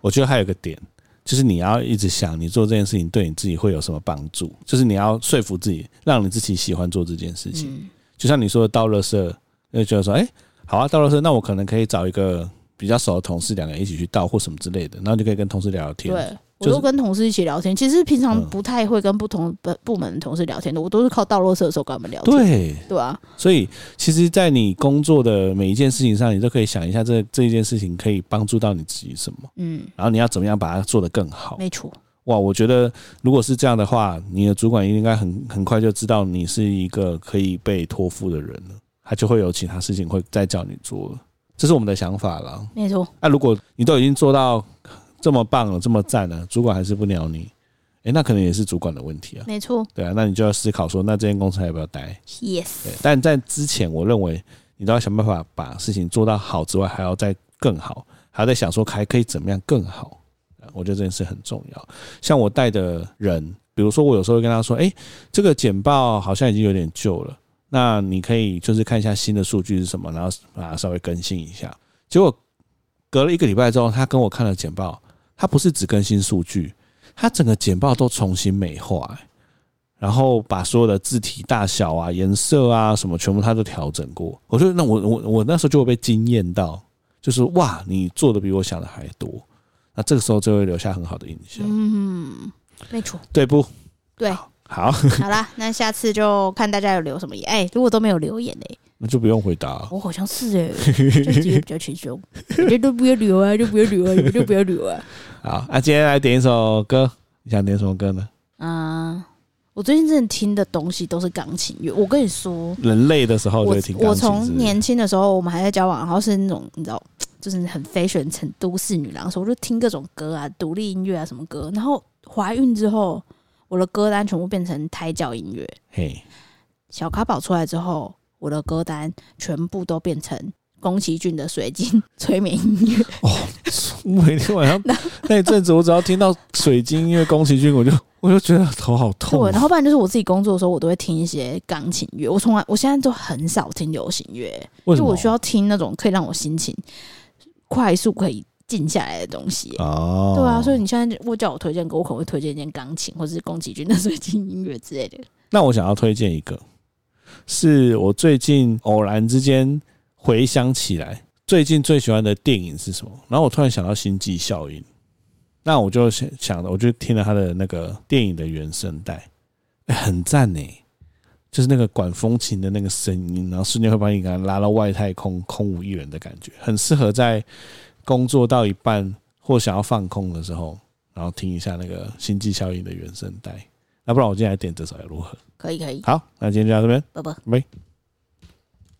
我觉得还有一个点。就是你要一直想，你做这件事情对你自己会有什么帮助？就是你要说服自己，让你自己喜欢做这件事情。
嗯，
就像你说的倒垃圾，就觉得说，哎、好啊，倒垃圾，那我可能可以找一个比较熟的同事，两个人一起去倒或什么之类的，然后就可以跟同事聊聊天。
对。我
就是
都跟同事一起聊天，其实平常
嗯
不太会跟不同部部门的同事聊天的，我都是靠倒垃圾的时候跟他们聊天。
对，
对啊，
所以其实，在你工作的每一件事情上，你都可以想一下这这一件事情可以帮助到你自己什么，
嗯，
然后你要怎么样把它做得更好。
没错，
哇，我觉得如果是这样的话，你的主管应该很很快就知道你是一个可以被托付的人了，他就会有其他事情会再叫你做了。这是我们的想法了。
没错，
那、如果你都已经做到这么棒了，这么赞了，主管还是不鸟你，诶，那可能也是主管的问题啊。
没错
对啊，那你就要思考说，那这间公司还要不要待？
，yes，
对，但在之前，我认为你都要想办法把事情做到好之外，还要再更好，还要在想说还可以怎么样更好。啊我觉得这件事很重要。像我带的人，比如说我有时候会跟他说：“诶，这个简报好像已经有点旧了，那你可以就是看一下新的数据是什么，然后把它稍微更新一下。”结果隔了一个礼拜之后，他跟我看了简报，他不是只更新数据，他整个简报都重新美化、欸然后把所有的字体大小啊、颜色啊什么，全部他都调整过。我就那我我我那时候就会被惊艳到，就是哇，你做的比我想的还多。那这个时候就会留下很好的印象，
嗯，
没错，
对不？
对
好 好，
好啦，那下次就看大家有留什么言。哎、如果都没有留言嘞、
那就不用回答了。
我好像是哎、这集也比较轻松，你们都不要留啊，就不要留啊，你们就不要留 啊。
好，那、今天来点一首歌，你想点什么歌呢？
嗯，我最近真的听的东西都是钢琴乐。我跟你说，
人累的时候就
我
会哦听
我
钢琴是
从
不是
年轻的时候，我们还在交往，然后是那种你知道，就是很 fashion 成都市女郎的时候，我就听各种歌啊，独立音乐啊什么歌。然后怀孕之后，我的歌单全部变成胎教音乐。
嘿，
小卡宝出来之后，我的歌单全部都变成宫崎骏的《水晶催眠音乐》。
每天晚上那一阵子，我只要听到水晶音乐、宫崎骏，我就我就觉得头好痛
对，
哦、
然后不然就是我自己工作的时候，我都会听一些钢琴乐。我从来我现在都很少听流行乐，
为什
就
么？
我需要听那种可以让我心情快速可以静下来的东西。
哦，
对啊，所以你现在我叫我推荐歌，我可能会推荐一件钢琴或者是宫崎骏的水晶音乐之类的。
那我想要推荐一个，是我最近偶然之间回想起来，最近最喜欢的电影是什么？然后我突然想到《星际效应》，那我就想想了，我就听了他的那个电影的原声带，哎很赞呢、就是那个管风琴的那个声音，然后瞬间会把你给它拉到外太空，空无一人的感觉，很适合在工作到一半或想要放空的时候，然后听一下那个《星际效应》的原声带。那不然我今天来点这首又如何？
可以可以，
好，那今天就到这边。
拜拜。